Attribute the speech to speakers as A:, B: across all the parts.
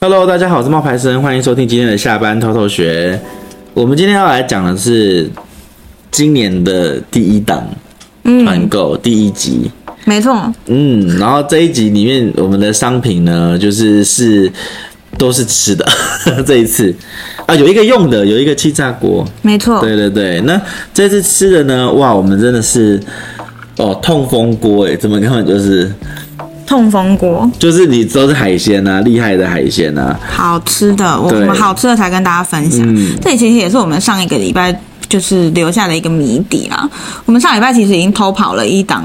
A: Hello，大家好，我是冒牌生，欢迎收听今天的下班偷偷学。我们今天要来讲的是今年的第一档团购、第一集。
B: 嗯没错，
A: 嗯，然后这一集里面我们的商品呢，就是是都是吃的。 这一次啊，有一个用的，有一个气炸锅。
B: 没错，
A: 对对对，那这次吃的呢，哇，我们真的是哦痛风锅诶，怎么根本就是
B: 痛风锅
A: 就是你都是海鲜呐、厉害的海鲜啊呐、
B: 好吃的，我我
A: 对
B: 们好吃的才跟大家分享。
A: 嗯
B: 这里其实也是我们上一个礼拜就是留下的一个谜底啦。我们上礼拜其实已经偷跑了一档，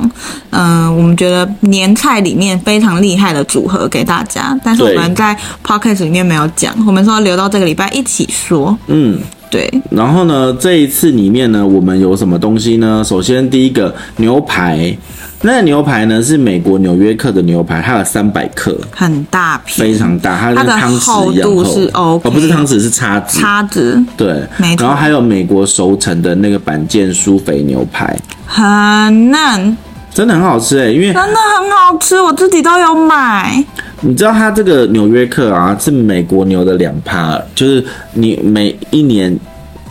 B: 嗯、我们觉得年菜里面非常厉害的组合给大家，但是我
A: 对
B: 们在 podcast 里面没有讲，我们说留到这个礼拜一起说。
A: 嗯。
B: 对，
A: 然后呢，这一次里面呢，我们有什么东西呢？首先第一个牛排，那牛排呢是美国纽约客的牛排，它有三百克，
B: 很大片，
A: 非常大，它
B: 它
A: 跟
B: 的
A: 汤匙一样
B: 厚度是 OK
A: 哦，不是汤匙是叉子，
B: 叉子
A: 对，
B: 没错
A: 然后还有美国熟成的那个板腱酥肥牛排，
B: 很嫩，
A: 真的很好吃诶，欸因为
B: 真的很好吃，我自己都有买。
A: 你知道它这个纽约客啊，是美国牛的两趴，就是你每一年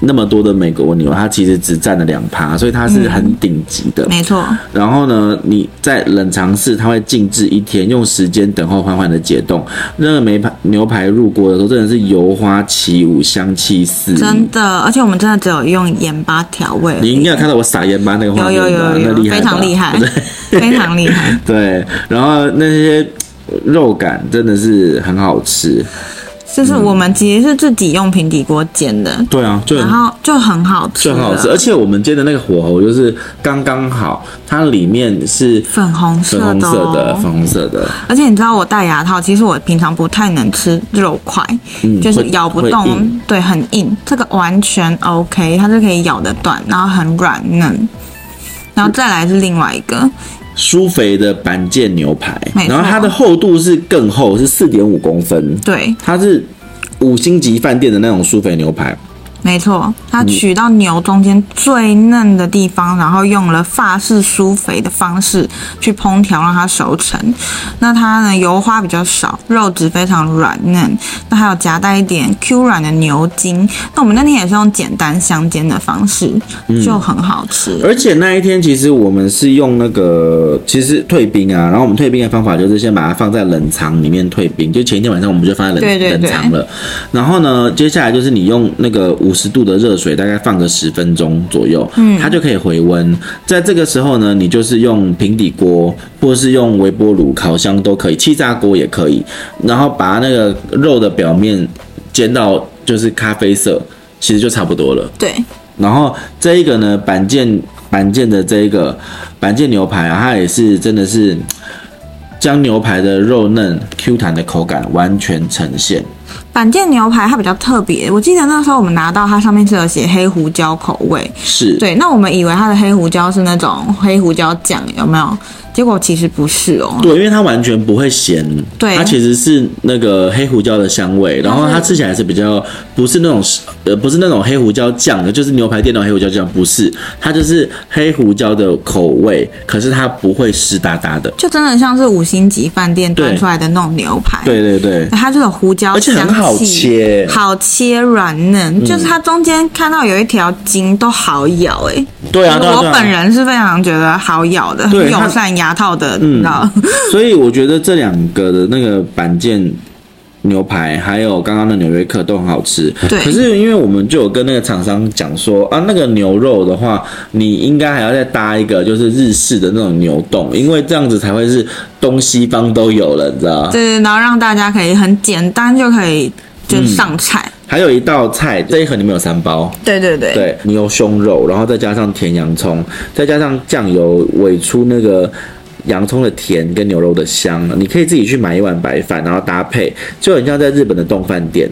A: 那么多的美国牛，它其实只占了两趴，所以它
B: 嗯
A: 是很顶级的。
B: 没错，
A: 然后呢，你在冷藏室，它会静置一天，用时间等候缓缓的解冻。那个梅排牛排入锅的时候，真的是油花起舞，香气四溢。
B: 真的，而且我们真的只有用盐巴调味而
A: 你
B: 已。
A: 应该有看到我撒盐巴那个画
B: 有
A: 面吧？
B: 有有
A: 那
B: 有
A: 厉
B: 有，
A: 害吧，
B: 非常厉害，非常 厉害。
A: 对，然后那些肉感真的是很好吃。
B: 就是我们其实是自己用平底锅煎的，
A: 对啊，就很
B: 然后就很好吃
A: 就
B: 了，
A: 很好吃，而且我们煎的那个火候就是刚刚好，它里面是
B: 粉红色
A: 粉红
B: 的、
A: 色的，
B: 哦。
A: 粉红色的，
B: 而且你知道我戴牙套，其实我平常不太能吃肉块，
A: 嗯
B: 就是
A: 会
B: 咬不
A: 会
B: 动
A: 硬，
B: 对，很硬。这个完全 OK，它是可以咬得断，然后很软嫩。然后再来是另外一个，
A: 酥肥的板腱牛排
B: 没，错
A: 然后它的厚度是更厚，是四点五公分，
B: 对，
A: 它是五星级饭店的那种酥肥牛排，
B: 没错，它取到牛中间最嫩的地方，然后用了法式酥肥的方式去烹调，让它熟成。那它呢，油花比较少，肉质非常软嫩，那还有夹带一点 Q 软的牛筋。那我们那天也是用简单香煎的方式，就很好吃。
A: 而且那一天其实我们是用那个，其实退冰啊，然后我们退冰的方法就是先把它放在冷藏里面退冰，就前一天晚上我们就放在冷
B: 对对
A: 冷
B: 对
A: 藏了。然后呢，接下来就是你用那个五十度的热水，大概放个十分钟左右，嗯，它就可以回温。在这个时候呢，你就是用平底锅或是用微波炉、烤箱都可以，气炸锅也可以，然后把那个肉的表面煎到就是咖啡色，其实就差不多了。
B: 对，
A: 然后这一个呢，板腱板腱的这一个板腱牛排啊，它也是真的是将牛排的肉嫩 Q 弹的口感完全呈现。
B: 板腱牛排它比较特别，我记得那时候我们拿到它上面是有写黑胡椒口味，
A: 是，
B: 对，那我们以为它的黑胡椒是那种黑胡椒酱，有没有？结果其实不是哦，
A: 对，因为它完全不会咸，
B: 对
A: 它其实是那个黑胡椒的香味，然后它吃起来是比较不是那种呃不是那种黑胡椒酱的，就是牛排店的黑胡椒酱，不是，它就是黑胡椒的口味，可是它不会湿哒哒的。
B: 就真的像是五星级饭店端
A: 对
B: 出来的那种牛排。
A: 对对对，
B: 它这种胡椒
A: 而且
B: 香气，
A: 很好切嗯
B: 好切软嫩，就是它中间看到有一条筋都好咬哎、欸
A: 对啊，对啊，
B: 我
A: 对啊
B: 本人是非常觉得好咬的，很
A: 对它嗯
B: 友善牙套的，你 知道？
A: 所以我觉得这两个的那个板腱牛排，还有刚刚的纽约客都很好吃。
B: 对
A: 可是因为我们就有跟那个厂商讲说啊，那个牛肉的话，你应该还要再搭一个就是日式的那种牛冻，因为这样子才会是东西方都有了，你知道吗？
B: 对，然后让大家可以很简单就可以就上菜。
A: 还有一道菜，这一盒里面有三包。
B: 对对对，
A: 嗯对，牛胸肉，然后再加上甜洋葱，再加上酱油，煨出那个洋葱的甜跟牛肉的香。你可以自己去买一碗白饭，然后搭配，就很像在日本的冻饭店。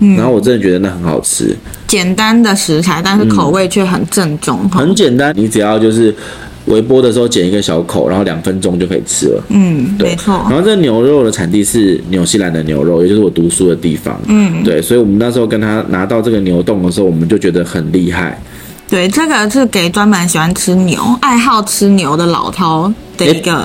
B: 嗯
A: 然后我真的觉得那很好吃，
B: 简单的食材，但是口味却很正宗。
A: 很简单，你只要就是微波的时候剪一个小口，然后两分钟就可以吃了。
B: 嗯，
A: 对
B: 没错
A: 然。后这牛肉的产地是纽西兰的牛肉，也就是我读书的地方。嗯，对，所以我们那时候跟他拿到这个牛冻的时候，我们就觉得很厉害。
B: 对，这个是给专门喜欢吃牛、爱好吃牛的老饕的一个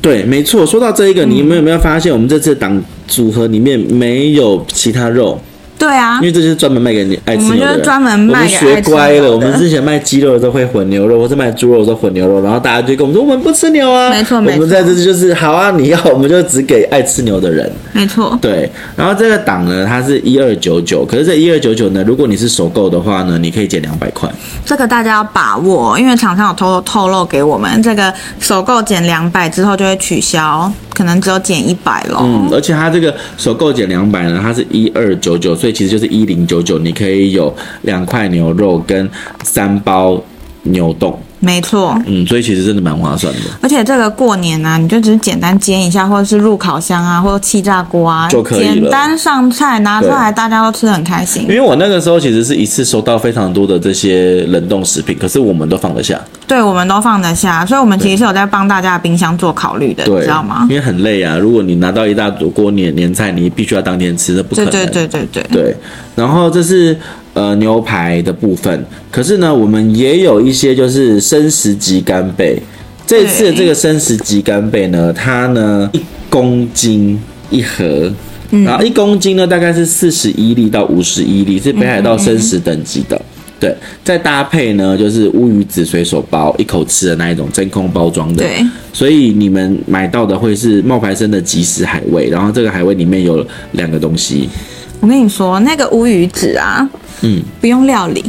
A: 对，没错。说到这一个，
B: 嗯
A: 你们有没有发现，我们这次档组合里面没有其他肉？
B: 对啊
A: 因，为这就是专门卖给你爱吃
B: 我们
A: 牛的
B: 就是
A: 人。
B: 专门卖
A: 我们
B: 给
A: 学
B: 爱吃
A: 乖
B: 牛
A: 了，
B: 的
A: 我们之前卖鸡肉的时候会混牛肉，或是卖猪肉的时候混牛肉，然后大家就跟我们说我们不吃牛啊。
B: 没错
A: 我
B: 没
A: 们
B: 错
A: 在这次就是好啊，你要我们就只给爱吃牛的人。
B: 没错，
A: 对，然后这个档呢，它是一二九九，可是这一二九九呢，如果你是首购的话呢，你可以减两百块。
B: 这个大家要把握，因为厂商有偷偷透露给我们，这个首购减两百之后就会取消，可能只有减一百咯。
A: 嗯，而且它这个首购减两百呢，它是一二九九，所以其实就是一零九九，你可以有两块牛肉跟三包牛冻，
B: 没错。
A: 嗯，所以其实真的蛮划算的，
B: 而且这个过年呢、啊，你就只是简单煎一下，或者是入烤箱啊，或者气炸锅啊，
A: 就可以了
B: 简单上菜拿出来，大家都吃得很开
A: 因
B: 心。
A: 为我那个时候其实是一次收到非常多的这些冷冻食品，可是我们都放得下，
B: 对，我们都放得下，所以我们其实是有在帮大家的冰箱做考虑的，
A: 对，
B: 你知道吗？
A: 因为很累啊，如果你拿到一大锅年年菜，你必须要当天吃，那不可
B: 对
A: 能。
B: 对对对对，
A: 对，然后这是呃牛排的部分，可是呢，我们也有一些就是生食级干贝。这次的这个生食级干贝呢，它呢一公斤一盒。然后一公斤呢，大概是四十一粒到五十一粒，是北海道生食等级的。对，再搭配呢，就是乌鱼子随手包，一口吃的那一种真空包装的。
B: 对，
A: 所以你们买到的会是冒牌生的即食海味，然后这个海味里面有两个东西。
B: 我跟你说，那个乌鱼子啊，
A: 嗯，
B: 不用料理。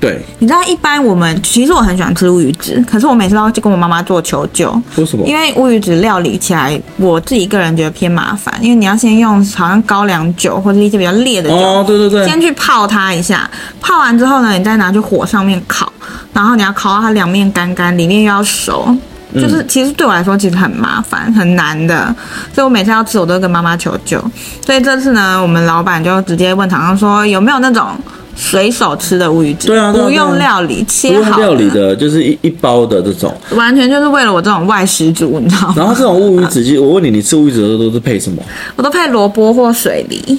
A: 对，
B: 你知道，一般我们其实我很喜欢吃乌鱼子，可是我每次都会跟我妈妈做求救，
A: 为什么？
B: 因为乌鱼子料理起来，我自己个人觉得偏麻烦，因为你要先用好像高粱酒或者一些比较烈的酒，
A: 哦，对对对，
B: 先去泡它一下，泡完之后呢，你再拿去火上面烤，然后你要烤到它两面干干，里面又要熟。
A: 嗯
B: 就是其实对我来说其实很麻烦很难的，所以我每次要吃我都跟妈妈求救。所以这次呢，我们老板就直接问厂商说有没有那种随手吃的乌鱼子，
A: 对啊对啊
B: 不
A: 对啊
B: 用料理，
A: 不
B: 切
A: 用
B: 好
A: 料理的，就是一一包的这种。
B: 的，完全就是为了我这种外食族，你知道吗？
A: 然后这种乌鱼子鸡，
B: 嗯
A: 我问你，你吃乌鱼子的时候都是配什么？
B: 我都配萝卜或水梨，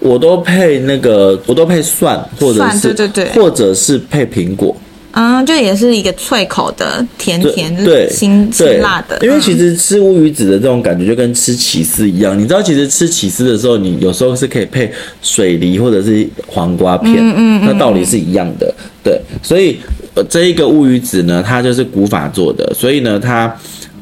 A: 我都配那个，我都配蒜，或者
B: 蒜
A: 是
B: 对对对
A: 或者是配苹果，
B: 嗯，就也是一个脆口的，甜
A: 对
B: 甜
A: 对
B: 辛
A: 对
B: 辛辣的，
A: 因为
B: 嗯
A: 其实吃乌鱼子的这种感觉就跟吃起司一样，你知道，其实吃起司的时候，你有时候是可以配水梨或者是黄瓜片，嗯嗯那道理是一样的。对，所以、呃、这一个乌鱼子呢，它就是古法做的，所以呢，它。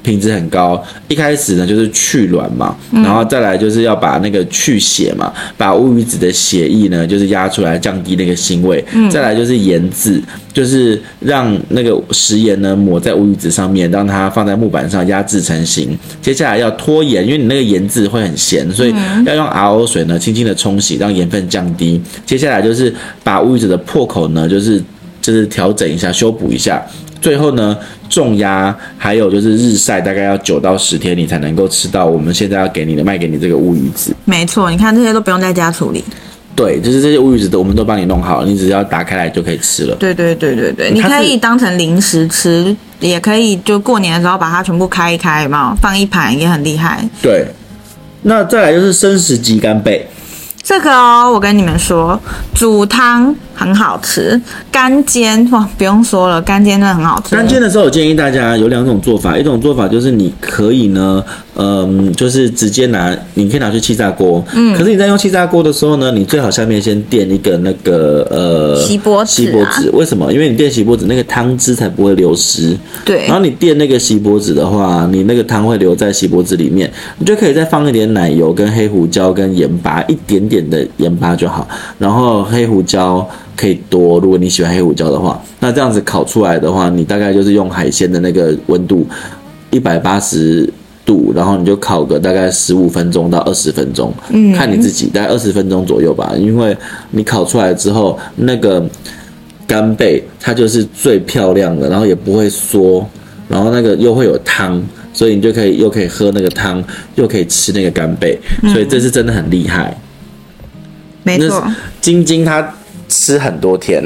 A: 品质很高，一开始呢就是去卵嘛，
B: 嗯
A: 然后再来就是要把那个去血嘛，把乌鱼子的血液呢就是压出来，降低那个腥味。
B: 嗯
A: 再来就是盐渍，就是让那个食盐呢抹在乌鱼子上面，让它放在木板上压制成型。接下来要脱盐，因为你那个盐渍会很咸，所以要用 RO 水呢轻轻的冲洗，让盐分降低。接下来就是把乌鱼子的破口呢，就是就是调整一下，修补一下。最后呢，重压还有就是日晒，大概要九到十天，你才能够吃到我们现在要给你的卖给你这个乌鱼子。
B: 没错，你看这些都不用在家处理。
A: 对，就是这些乌鱼子的，我们都帮你弄好了，你只要打开来就可以吃了。
B: 对对对对对，你
A: 它是
B: 可以当成零食吃，也可以就过年的时候把它全部开一开，有没有？放一盘也很厉害。
A: 对，那再来就是生食鸡干贝，
B: 这个哦，我跟你们说，煮汤很好吃，干煎哇不用说了，干煎真的很好吃。
A: 干煎的时候，我建议大家有两种做法，一种做法就是你可以呢，嗯，就是直接拿，你可以拿去气炸锅，嗯，可是你在用气炸锅的时候呢，你最好下面先垫一个那个呃
B: 锡箔纸啊
A: 锡箔纸，为什么？因为你垫锡箔纸，那个汤汁才不会流失。
B: 对
A: 然后你垫那个锡箔纸的话，你那个汤会留在锡箔纸里面，你就可以再放一点奶油、跟黑胡椒、跟盐巴，一点点的盐巴就好。然后黑胡椒可以多，如果你喜欢黑胡椒的话，那这样子烤出来的话，你大概就是用海鲜的那个温度，一百八十。度，然后你就烤个大概十五分钟到二十分钟，嗯，看你自己，大概二十分钟左右吧。因为你烤出来之后，那个干贝，它就是最漂亮的，然后也不会缩，然后那个又会有汤，所以你就可以又可以喝那个汤，又可以吃那个干贝，所以这是真的很厉害。
B: 没
A: 那
B: 错，
A: 晶晶她吃很多天，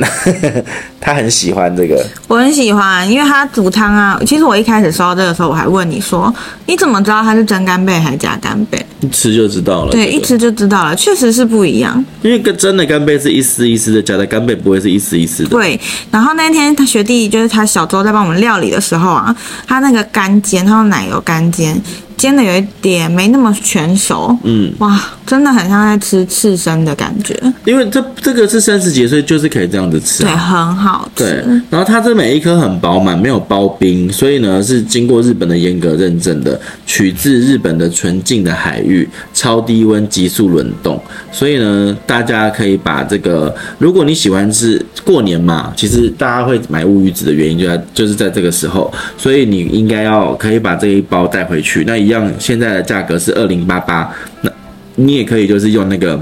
A: 她很喜欢这个，
B: 我很喜欢，因为它煮汤啊。其实我一开始收到这个时候，我还问你说，你怎么知道它是真干贝还是假干贝？
A: 一吃就知道了。
B: 对，
A: 这
B: 一
A: 个
B: 吃就知道了，确实是不一样。
A: 因为跟真的干贝是一丝一丝的，假的干贝不会是一丝一丝的。
B: 对，然后那天他学弟就是他小周在帮我们料理的时候啊，他那个干煎，他用奶油干煎，煎的有一点没那么全熟，
A: 嗯，
B: 哇，真的很像在吃刺身的感觉，
A: 因为这这个是三十几岁就是可以这样子吃
B: 对，
A: 啊、
B: 很好
A: 对
B: 吃。，
A: 然后它这每一颗很饱满，没有包冰，所以呢是经过日本的严格认证的，取自日本的纯净的海域，超低温急速冷冻。所以呢，大家可以把这个，如果你喜欢吃过年嘛，其实大家会买乌鱼子的原因就在就是在这个时候，所以你应该要可以把这一包带回去。那一样，现在的价格是二零八八，那你也可以就是用那个。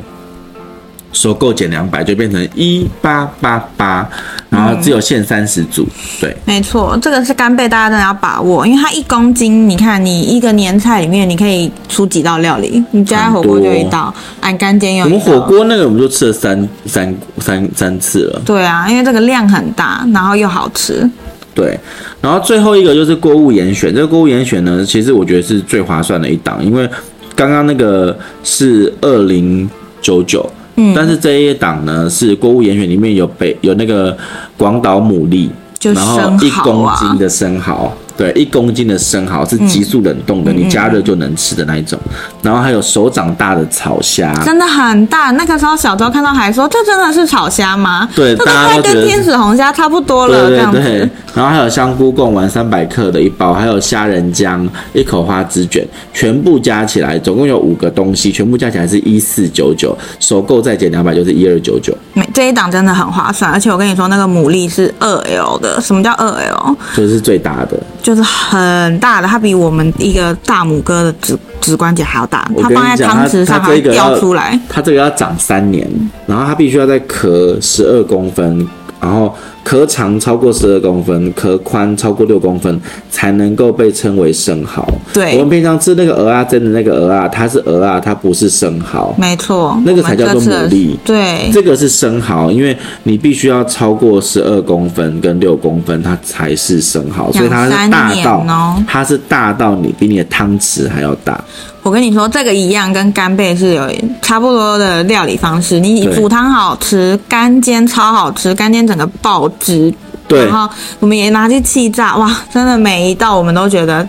A: 首购减两百就变成一八八八，然后只有限三十组，对，
B: 没错，这个是干贝，大家真的要把握，因为它一公斤，你看你一个年菜里面，你可以出几道料理，你加火锅就一道，俺干煎又
A: 我
B: 一道。
A: 们火锅那个我们就吃了三三三三次了，
B: 对啊，因为这个量很大，然后又好吃。
A: 对。然后最后一个就是锅物严选，这个锅物严选呢，其实我觉得是最划算的一档，因为刚刚那个是二零九九。嗯，但是这一档呢是锅物严选里面有北有那个广岛牡蛎，
B: 就
A: 然后
B: 生
A: 一
B: 蚝
A: 公
B: 啊
A: 斤的生蚝，对，一公斤的生蚝是急速冷冻的，
B: 嗯
A: 你加热就能吃的那一种。然后还有手掌大的草虾，
B: 真的很大。那个时候小周看到还说：“这真的是炒虾吗？”
A: 对
B: 这都
A: 大家都
B: 快
A: 觉
B: 跟
A: 得
B: 天使红虾差不多了，这
A: 对对
B: 样子。
A: 对，然后还有香菇贡丸三百克的一包，还有虾仁浆一口花枝卷，全部加起来总共有五个东西，全部加起来是一四九九，首购再减两百就是一二九九，
B: 每这一档真的很划算，而且我跟你说，那个牡蛎是二 L 的。什么叫二 L？
A: 就是最大的。
B: 就是很大的，它比我们一个大拇哥的指指关节还要大，
A: 我
B: 它
A: 跟
B: 放
A: 你
B: 在
A: 讲，
B: 汤
A: 它
B: 匙上
A: 它
B: 还会
A: 这个要
B: 掉出来。
A: 它这个要长三年，然后它必须要在壳十二公分，然后壳长超过十二公分，壳宽超过六公分，才能够被称为生蚝。
B: 对
A: 我们平常吃那个鹅啊，真的那个鹅啊，它是鹅啊，它不是生蚝。
B: 没错，
A: 那个才叫做
B: 我们这次的
A: 牡蛎
B: 对，
A: 这个是生蚝，因为你必须要超过十二公分跟六公分，它才是生蚝，所以它是
B: 养三
A: 大
B: 年
A: 到、
B: 哦
A: 它是大到你比你的汤匙还要大。
B: 我跟你说，这个一样跟干贝是有差不多的料理方式。你
A: 对
B: 煮汤好吃，干煎超好吃，干煎整个爆汁。
A: 对
B: 然后我们也拿去气炸，哇，真的每一道我们都觉得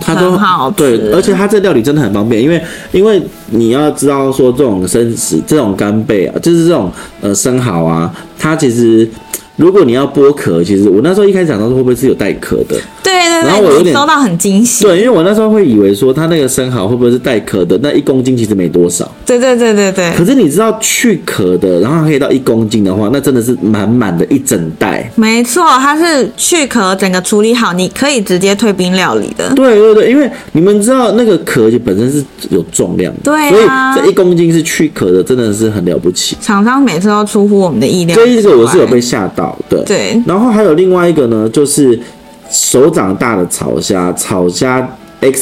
A: 它都
B: 很好吃
A: 对，而且它这料理真的很方便，因为因为你要知道说这种生食、这种干贝啊，就是这种呃生蚝啊，它其实如果你要剥壳，其实我那时候一开始想到说会不会是有带壳的，
B: 对对
A: 然后我有
B: 对，你
A: 点
B: 收到很惊喜。
A: 对，因为我那时候会以为说它那个生蚝会不会是带壳的，那一公斤其实没多少，
B: 对对对对对
A: 可是你知道去壳的，然后可以到一公斤的话，那真的是满满的一整袋。
B: 没错，它是去壳整个处理好，你可以直接退冰料理的。
A: 对对对，因为你们知道那个壳就本身是有重量的，
B: 对
A: 所
B: 啊
A: 以这一公斤是去壳的，真的是很了不起。
B: 厂商每次都出乎我们的意料之
A: 这
B: 外。
A: 一个我是有被吓到的。
B: 对
A: 然后还有另外一个呢，就是手掌大的草虾，草虾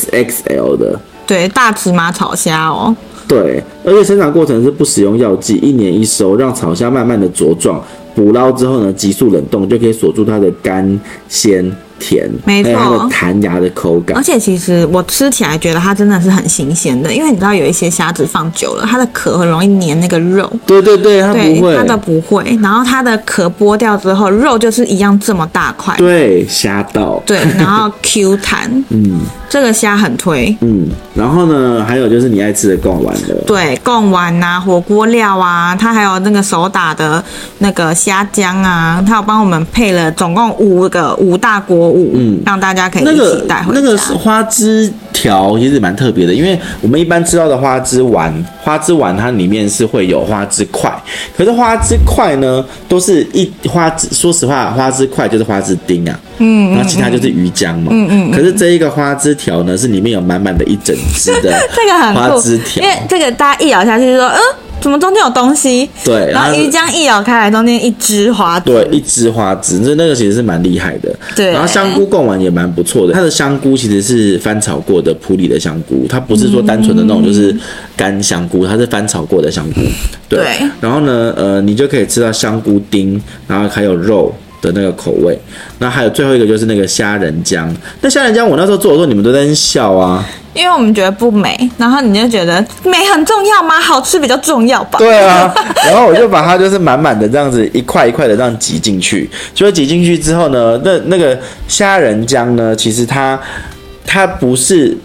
A: XXL 的，
B: 对大尺码炒虾哦，
A: 对，而且生长过程是不使用药剂，一年一收，让草虾慢慢的茁壮。捕捞之后呢，急速冷冻就可以锁住它的甘、鲜、甜，
B: 没错哦
A: 还有它的弹牙的口感
B: 而。且其实我吃起来觉得它真的是很新鲜的，因为你知道有一些虾子放久了，它的壳很容易粘那个肉。
A: 对对对，它
B: 对
A: 不，会
B: 它，的不会，然后它的壳剥掉之后，肉就是一样这么大块，
A: 对，虾到，
B: 对，然后 Q 弹，嗯，这个虾很推，
A: 嗯，然后呢，还有就是你爱吃的贡丸了。
B: 对，贡丸啊，火锅料啊，它还有那个手打的那个虾浆啊，它有帮我们配了总共五个五大锅物，嗯，让大家可以
A: 那
B: 一
A: 个
B: 起带回
A: 那
B: 家。
A: 个是花枝条其实蛮特别的，因为我们一般吃到的花枝丸，花枝丸它里面是会有花枝块，可是花枝块呢，都是一花枝，说实话，花枝块就是花枝丁啊，嗯，然后其他就是鱼浆嘛，嗯嗯，可是这一个花枝条呢，是里面有满满的一整只 的
B: 这个很酷，
A: 花枝条
B: 因，为这个大家一咬下去就说，嗯，怎么中间有东西？
A: 对，
B: 然后
A: 它
B: 鱼浆一咬开来，中间一只花枝，
A: 对，一枝花枝，那那个其实是蛮厉害的。
B: 对
A: 然后香菇贡丸也蛮不错的，它的香菇其实是翻炒过的普里的香菇，它不是说单纯的那种就是
B: 嗯
A: 干香菇，它是翻炒过的香菇。对，
B: 对
A: 然后呢，呃，你就可以吃到香菇丁，然后还有肉。的那个口味，那还有最后一个就是那个虾仁浆。那虾仁浆我那时候做的时候，你们都在那边笑啊，
B: 因为我们觉得不美，然后你就觉得美很重要吗？好吃比较重要吧？
A: 对 啊，然后我就把它就是满满的这样子一块一块的这样挤进去，就挤进去之后呢，那那个虾仁浆呢，其实它它不是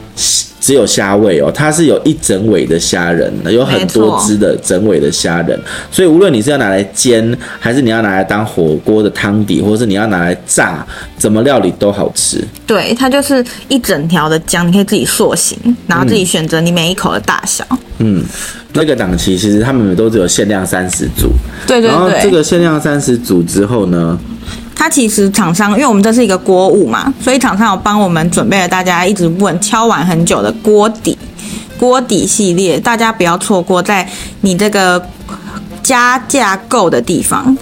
A: 只有虾味哦，它是有一整尾的虾仁，有很多只的整尾的虾仁，所以无论你是要拿来煎，还是你要拿来当火锅的汤底，或者是你要拿来炸，怎么料理都好吃。
B: 对，它就是一整条的姜，你可以自己塑形，然后自己选择你每一口的大小。
A: 嗯，那个档期其实他们都只有限量三十组，
B: 对对
A: 然后
B: 对，
A: 这个限量三十组之后呢，
B: 它其实厂商，因为我们这是一个锅物嘛，所以厂商有帮我们准备了大家一直问敲碗很久的锅底，锅底系列，大家不要错过，在你这个加价购的地方，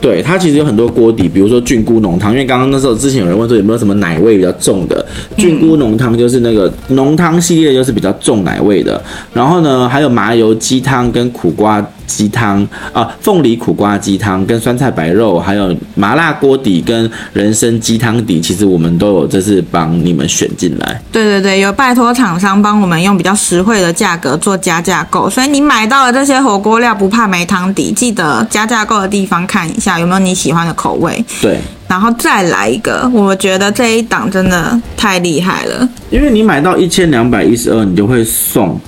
A: 对，它其实有很多锅底，比如说菌菇浓汤，因为刚刚那时候之前有人问说有没有什么奶味比较重的，
B: 嗯
A: 菌菇浓汤就是那个浓汤系列就是比较重奶味的，然后呢还有麻油鸡汤跟苦瓜鸡汤啊，凤梨苦瓜鸡汤跟酸菜白肉，还有麻辣锅底跟人参鸡汤底，其实我们都有这次帮你们选进来。
B: 对对对，有拜托厂商帮我们用比较实惠的价格做加价购，所以你买到了这些火锅料不怕没汤底，记得加价购的地方看一下有没有你喜欢的口味，
A: 对，
B: 然后再来一个，我觉得这一档真的太厉害了。
A: 因为你买到一千两百一十二，你就会送，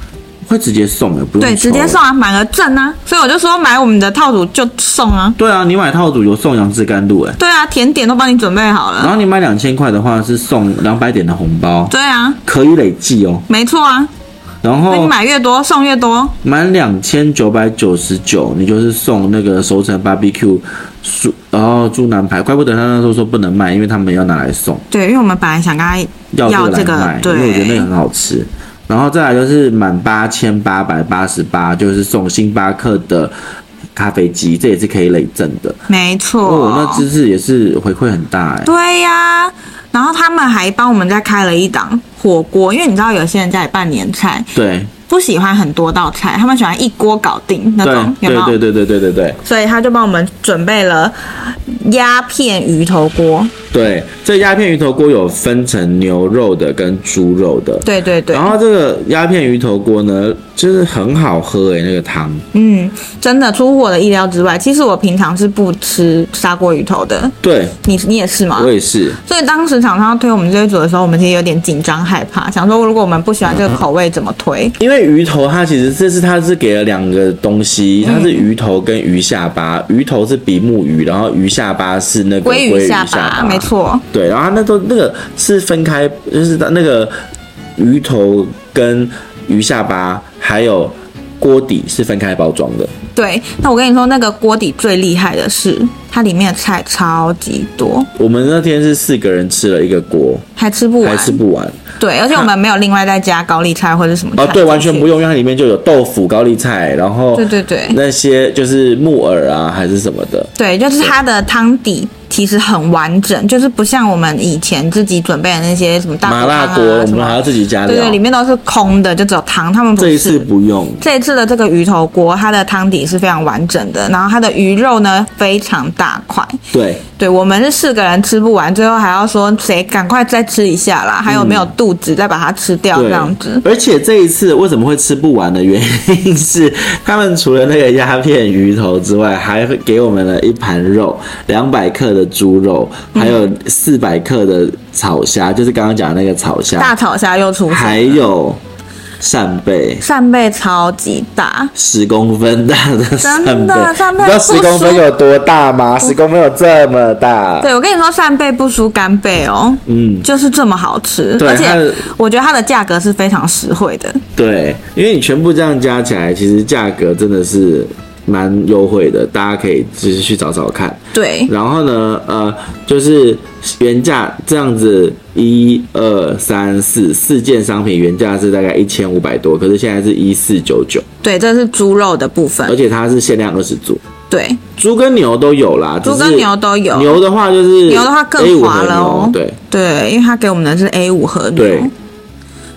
A: 会直接送的，不用
B: 对，直接
A: 抽
B: 送啊，满额赠啊，所以我就说买我们的套组就送啊。
A: 对啊，你买套组有送杨枝甘露哎、
B: 对啊，甜点都帮你准备好
A: 然
B: 了。
A: 后你买两千块的话是送两百点的红包，
B: 对啊，
A: 可以累计哦。
B: 没错啊，
A: 然
B: 那你
A: 后
B: 买越多送越多。
A: 满两千九百九十九，你就是送那个熟成 BBQ 猪，然后猪腩排，怪不得他那时候说不能卖，因为他们要拿来送，
B: 对，因为我们本来想跟他
A: 要
B: 要
A: 这
B: 这
A: 个
B: 个
A: 来卖，因为我觉得那个
B: 对
A: 很好吃。然后再来就是满八千八百八十八，就是送星巴克的咖啡机，这也是可以累赠的。
B: 没
A: 哦
B: 错，。
A: 那这次也是回馈很大哎、
B: 对呀、然后他们还帮我们再开了一档火锅，因为你知道有些人家里办年菜
A: 对
B: 不喜欢很多道菜，他们喜欢一锅搞定那
A: 对
B: 种，有没有？
A: 对对对对对对对。
B: 所以他就帮我们准备了鸦片鱼头锅。
A: 对，这鸦片鱼头锅有分成牛肉的跟猪肉的。
B: 对对对。
A: 然后这个鸦片鱼头锅呢，就是很好喝诶、那个汤。
B: 嗯，真的出乎我的意料之外。其实我平常是不吃砂锅鱼头的，
A: 对，
B: 你你也是吗
A: 我？也是。
B: 所以当时厂商要推我们这一组的时候，我们其实有点紧张害怕，想说如果我们不喜欢这个口味怎么推？
A: 因为鱼头它其实这次它是给了两个东西，
B: 嗯
A: 它是鱼头跟鱼下巴。鱼头是比目鱼，然后鱼下巴是那个
B: 鲑
A: 鲑鱼
B: 鱼
A: 下
B: 下巴，没。错，
A: 对，然后它那都那个是分开，就是它那个鱼头跟鱼下巴还有锅底是分开包装的。
B: 对。那我跟你说，那个锅底最厉害的是它里面的菜超级多，
A: 我们那天是四个人吃了一个锅，
B: 还吃不
A: 还
B: 完。
A: 吃不完
B: 对，而且我们没有另外再加高丽菜或者什么菜
A: 哦，对，完全
B: 进去
A: 不。用，因为它里面就有豆腐、高丽菜，然后
B: 对对对
A: 那些就是木耳啊还是什么的，
B: 对，就是它的汤底其实很完整，就是不像我们以前自己准备的那些什么大
A: 麻
B: 骨汤啊
A: 辣锅我
B: 什
A: 们
B: 么
A: 还要自己加
B: 对
A: 料
B: 对，。里面都是空的，就只有汤。他们不
A: 这
B: 是
A: 一次不用，
B: 这一次的这个鱼头锅，它的汤底是非常完整的，然后它的鱼肉呢非常大块。
A: 对
B: 对我们是四个人吃不完，最后还要说谁赶快再吃一下
A: 嗯
B: 啦，还有没有肚子、再把它吃掉这
A: 对
B: 样子。。
A: 而且这一次为什么会吃不完的原因是，他们除了那个鸦片鱼头之外，还会给我们了一盘肉，两百克的猪肉，还有
B: 嗯
A: 四百克的草虾，就是刚刚讲的那个草虾，
B: 大炒虾又出
A: 还
B: 现，
A: 有扇贝，
B: 扇贝超级大，
A: 十公分大的扇贝，
B: 真的扇
A: 你
B: 贝
A: 知道
B: 不
A: 十公分
B: 输
A: 有多大吗？十公分有这么大。
B: 对，我跟你说，扇贝不输干贝哦，
A: 嗯，
B: 就是这么好吃，
A: 对
B: 而
A: 它的
B: 且我觉得它的价格是非常实惠的。
A: 对，因为你全部这样加起来，其实价格真的是蛮优惠的，大家可以就是去找找看。
B: 对，
A: 然后呢，呃，就是原价这样子，一二三四四件商品原价是大概一千五百多，可是现在是一四九九，
B: 对，这是猪肉的部分
A: 而，且它是限量二十组，
B: 对，
A: 猪跟牛都有啦，只
B: 猪
A: 是
B: 跟牛都有。
A: 牛的话就是
B: 牛的话更
A: A5
B: 滑
A: 和
B: 了
A: 牛
B: 哦
A: 对
B: 对，因为他给我们的是 A 五和牛
A: 对，，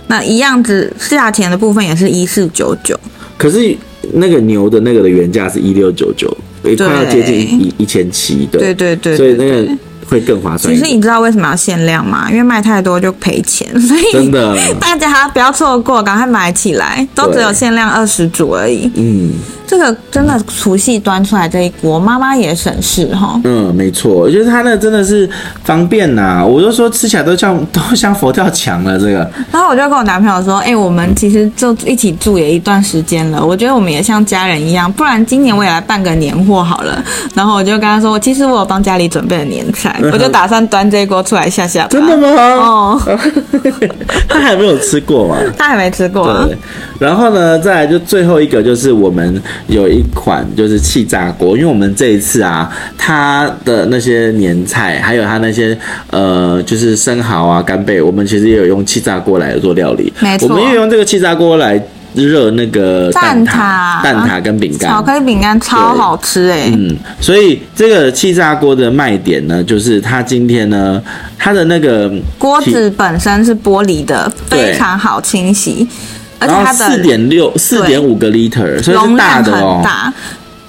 B: 那一样子价钱的部分也是一四九九，
A: 可是那个牛的那个的原价是一六九九，也快要接近一一千七，
B: 对
A: 对
B: 对对
A: 所以
B: 对
A: 那个会更划算
B: 其
A: 一
B: 实
A: 点。
B: 你知道为什么要限量吗？因为卖太多就赔钱， 所
A: 真
B: 以
A: 的，
B: 大家不要错过，赶快买起来，都只有限量二十组而已。
A: 嗯
B: 这个真的除夕端出来这一锅，妈妈也省事哈。
A: 嗯，没错，我觉得它那真的是方便呐、我就说吃起来都像都像佛跳墙了，这个
B: 然后我就跟我男朋友说：“哎、我们其实就一起住也一段时间了，我觉得我们也像家人一样，不然今年我也来办个年货好了。”然后我就跟他说：“其实我有帮家里准备了年菜，我就打算端这一锅出来吓 吓。”
A: 真的？吗？
B: 哦，
A: 他还没有吃过嘛？
B: 他还没吃过、啊。
A: 对，然后呢，再来就最后一个就是我们有一款就是气炸锅，因为我们这一次啊，它的那些年菜，还有它那些呃，就是生蚝啊、干贝，我们其实也有用气炸锅来做料理，
B: 没错
A: 我们也用这个气炸锅来热那个蛋
B: 蛋挞
A: 蛋挞跟饼干，
B: 巧克力饼干超好吃哎、
A: 嗯，所以这个气炸锅的卖点呢，就是它今天呢，它的那个
B: 锅子本身是玻璃的，
A: 对
B: 非常好清洗，而且
A: 然后
B: 它
A: 四
B: 的
A: 点六、四点五个 liter，所以
B: 容
A: 是大
B: 量
A: 的哦
B: 很。大。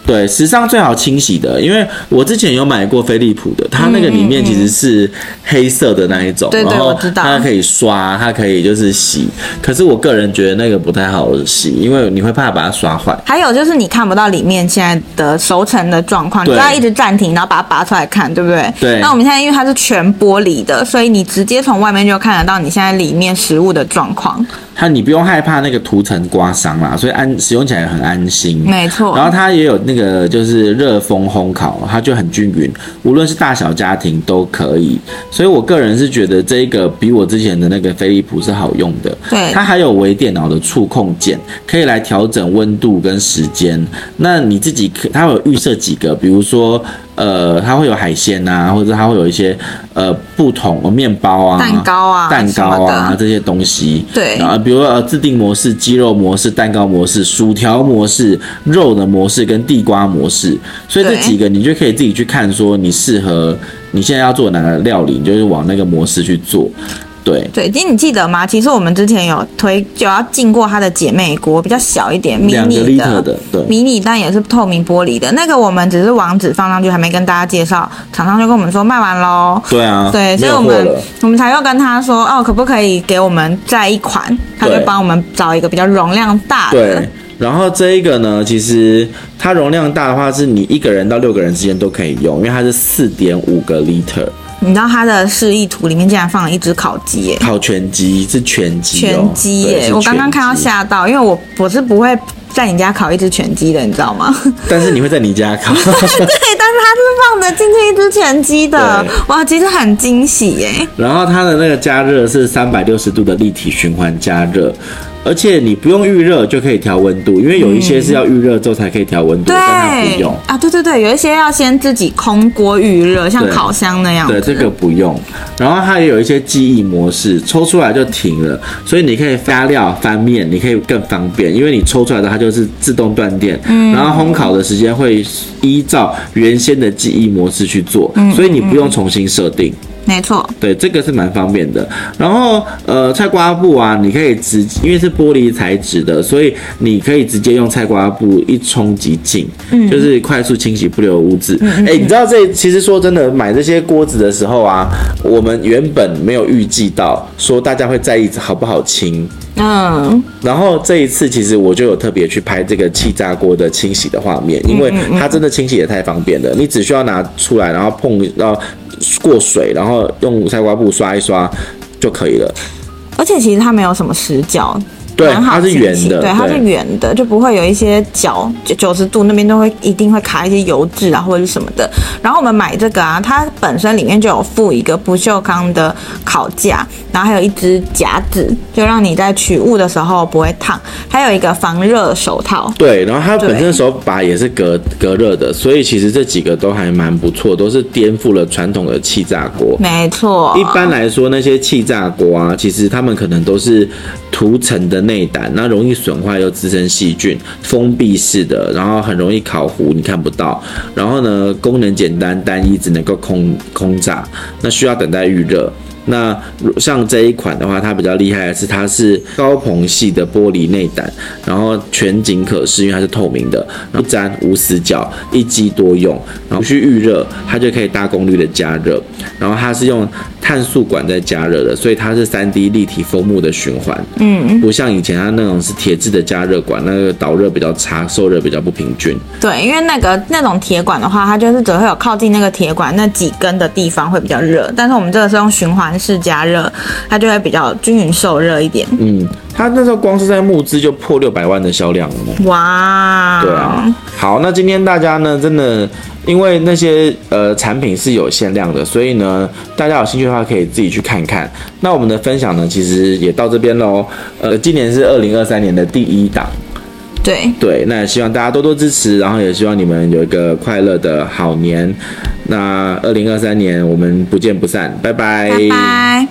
A: 对，史上最好清洗的，因为我之前有买过飞利浦的，它那个里面其实是黑色的那一种，
B: 嗯对对
A: 然后
B: 我知道
A: 它可以刷，它可以就是洗。可是我个人觉得那个不太好洗，因为你会怕把它刷坏。
B: 还有就是你看不到里面现在的熟成的状况，你
A: 对
B: 就要一直暂停，然后把它拔出来看，对不对？
A: 对
B: 那我们现在因为它是全玻璃的，所以你直接从外面就看得到你现在里面食物的状况。
A: 它你不用害怕那个涂层刮伤啦，所以安使用起来很安心。
B: 没错
A: 然后它也有那个就是热风烘烤，它就很均匀，无论是大小家庭都可以。所以我个人是觉得这个比我之前的那个飞利浦是好用的。
B: 对
A: 它还有微电脑的触控键，可以来调整温度跟时间。那你自己可它会有预设几个，比如说呃，它会有海鲜啊，或者它会有一些呃不同面包啊、
B: 蛋糕啊
A: 蛋糕
B: 什么
A: 啊
B: 的
A: 这些东西。
B: 对
A: 啊，比如说呃，自定模式、鸡肉模式、蛋糕模式、薯条模式、肉的模式跟地瓜模式，所以这
B: 对
A: 几个你就可以自己去看，说你适合你现在要做哪个料理，你就是往那个模式去做。对，
B: 对，其实你记得吗？其实我们之前有推就要进过它的姐妹锅，比较小一点，迷
A: 两个
B: 你
A: liter 的，对，
B: 迷你蛋也是透明玻璃的，那个我们只是网址放上去，还没跟大家介绍，厂商就跟我们说卖完喽。
A: 对啊，
B: 对，所
A: 没
B: 以我
A: 有货
B: 们
A: 了。
B: 我们才又跟他说哦，可不可以给我们再一款？他就
A: 对
B: 帮我们找一个比较容量大的
A: 对。，然后这一个呢，其实它容量大的话，是你一个人到六个人之间都可以用，因为它是四点五个 liter，
B: 你知道他的示意图里面竟然放了一只烤鸡耶、
A: 烤全鸡是全鸡、哦，
B: 全鸡
A: 对
B: 耶、
A: 是
B: 我刚刚
A: 全
B: 看到
A: 鸡
B: 吓到，因为我我是不会在你家烤一只全鸡的，你知道吗？
A: 但是你会在你家 烤，
B: 对，但是他是放着进去一只全鸡的
A: 对，
B: 哇，其实很惊喜耶、
A: 然后它的那个加热是三百六十度的立体循环加热，而且你不用预热就可以调温度，因为有一些是要预热之后才可以调温度，
B: 对
A: 但它不用。
B: 啊，对对对，有一些要先自己空锅预热，像
A: 对
B: 烤箱那样
A: 对，这个不用。然后它也有一些记忆模式，抽出来就停了，所以你可以发料、翻面，你可以更方便，因为你抽出来的它就是自动断电。嗯。然后烘烤的时间会依照原先的记忆模式去做，所以你不用重新设定。
B: 没错，
A: 对，这个是蛮方便的。然后呃，菜瓜布啊，你可以直，因为是玻璃材质的，所以你可以直接用菜瓜布一冲即净，就是快速清洗不留污渍。哎、你知道这其实说真的，买这些锅子的时候啊，我们原本没有预计到说大家会在意好不好清。
B: 嗯。
A: 然后这一次，其实我就有特别去拍这个气炸锅的清洗的画面，因为它真的清洗也太方便了。你只需要拿出来，然后碰，然后过水，然后用菜瓜布刷一刷就可以了。
B: 而且其实它没有什么死角，
A: 对
B: 蛮好
A: 它是
B: 进
A: 圆
B: 行
A: 的
B: 对，它
A: 对
B: 是圆的，就不会有一些角九九十度那边都会一定会卡一些油渍啊或者是什么的。然后我们买这个啊，它本身里面就有附一个不锈钢的烤架，然后还有一只夹子，就让你在取物的时候不会烫，还有一个防热手套。
A: 对，然后它
B: 对
A: 本身的手把也是隔隔热的，所以其实这几个都还蛮不错，都是颠覆了传统的气炸锅。
B: 没错，
A: 一般来说，那些气炸锅啊，其实它们可能都是涂层的内胆，那容易损坏又滋生细菌，封闭式的，然后很容易烤糊，你看不到。然后呢，功能简单单一，只能够空空炸，那需要等待预热。那如像这一款的话，它比较厉害的是它是高硼系的玻璃内胆，然后全景可视，因为它是透明的，然后一粘无死角，一机多用，然后不需预热，它就可以大功率的加热，然后它是用碳素管在加热的，所以它是三 D 立体枫木的循环，嗯，不像以前它那种是铁质的加热管，那个导热比较差，受热比较不平均。
B: 对，因为那个那种铁管的话，它就是只会有靠近那个铁管那几根的地方会比较热，但是我们这个是用循环式加热，它就会比较均匀受热一点。
A: 嗯，它那时候光是在募资就破六百万的销量了呢。
B: 哇，
A: 对啊，好，那今天大家呢，真的因为那些呃产品是有限量的，所以呢，大家有兴趣的话可以自己去看看。那我们的分享呢，其实也到这边喽。呃，今年是二零二三年的第一档，
B: 对，
A: 对，那也希望大家多多支持，然后也希望你们有一个快乐的好年。那二零二三年我们不见不散，拜
B: 拜拜。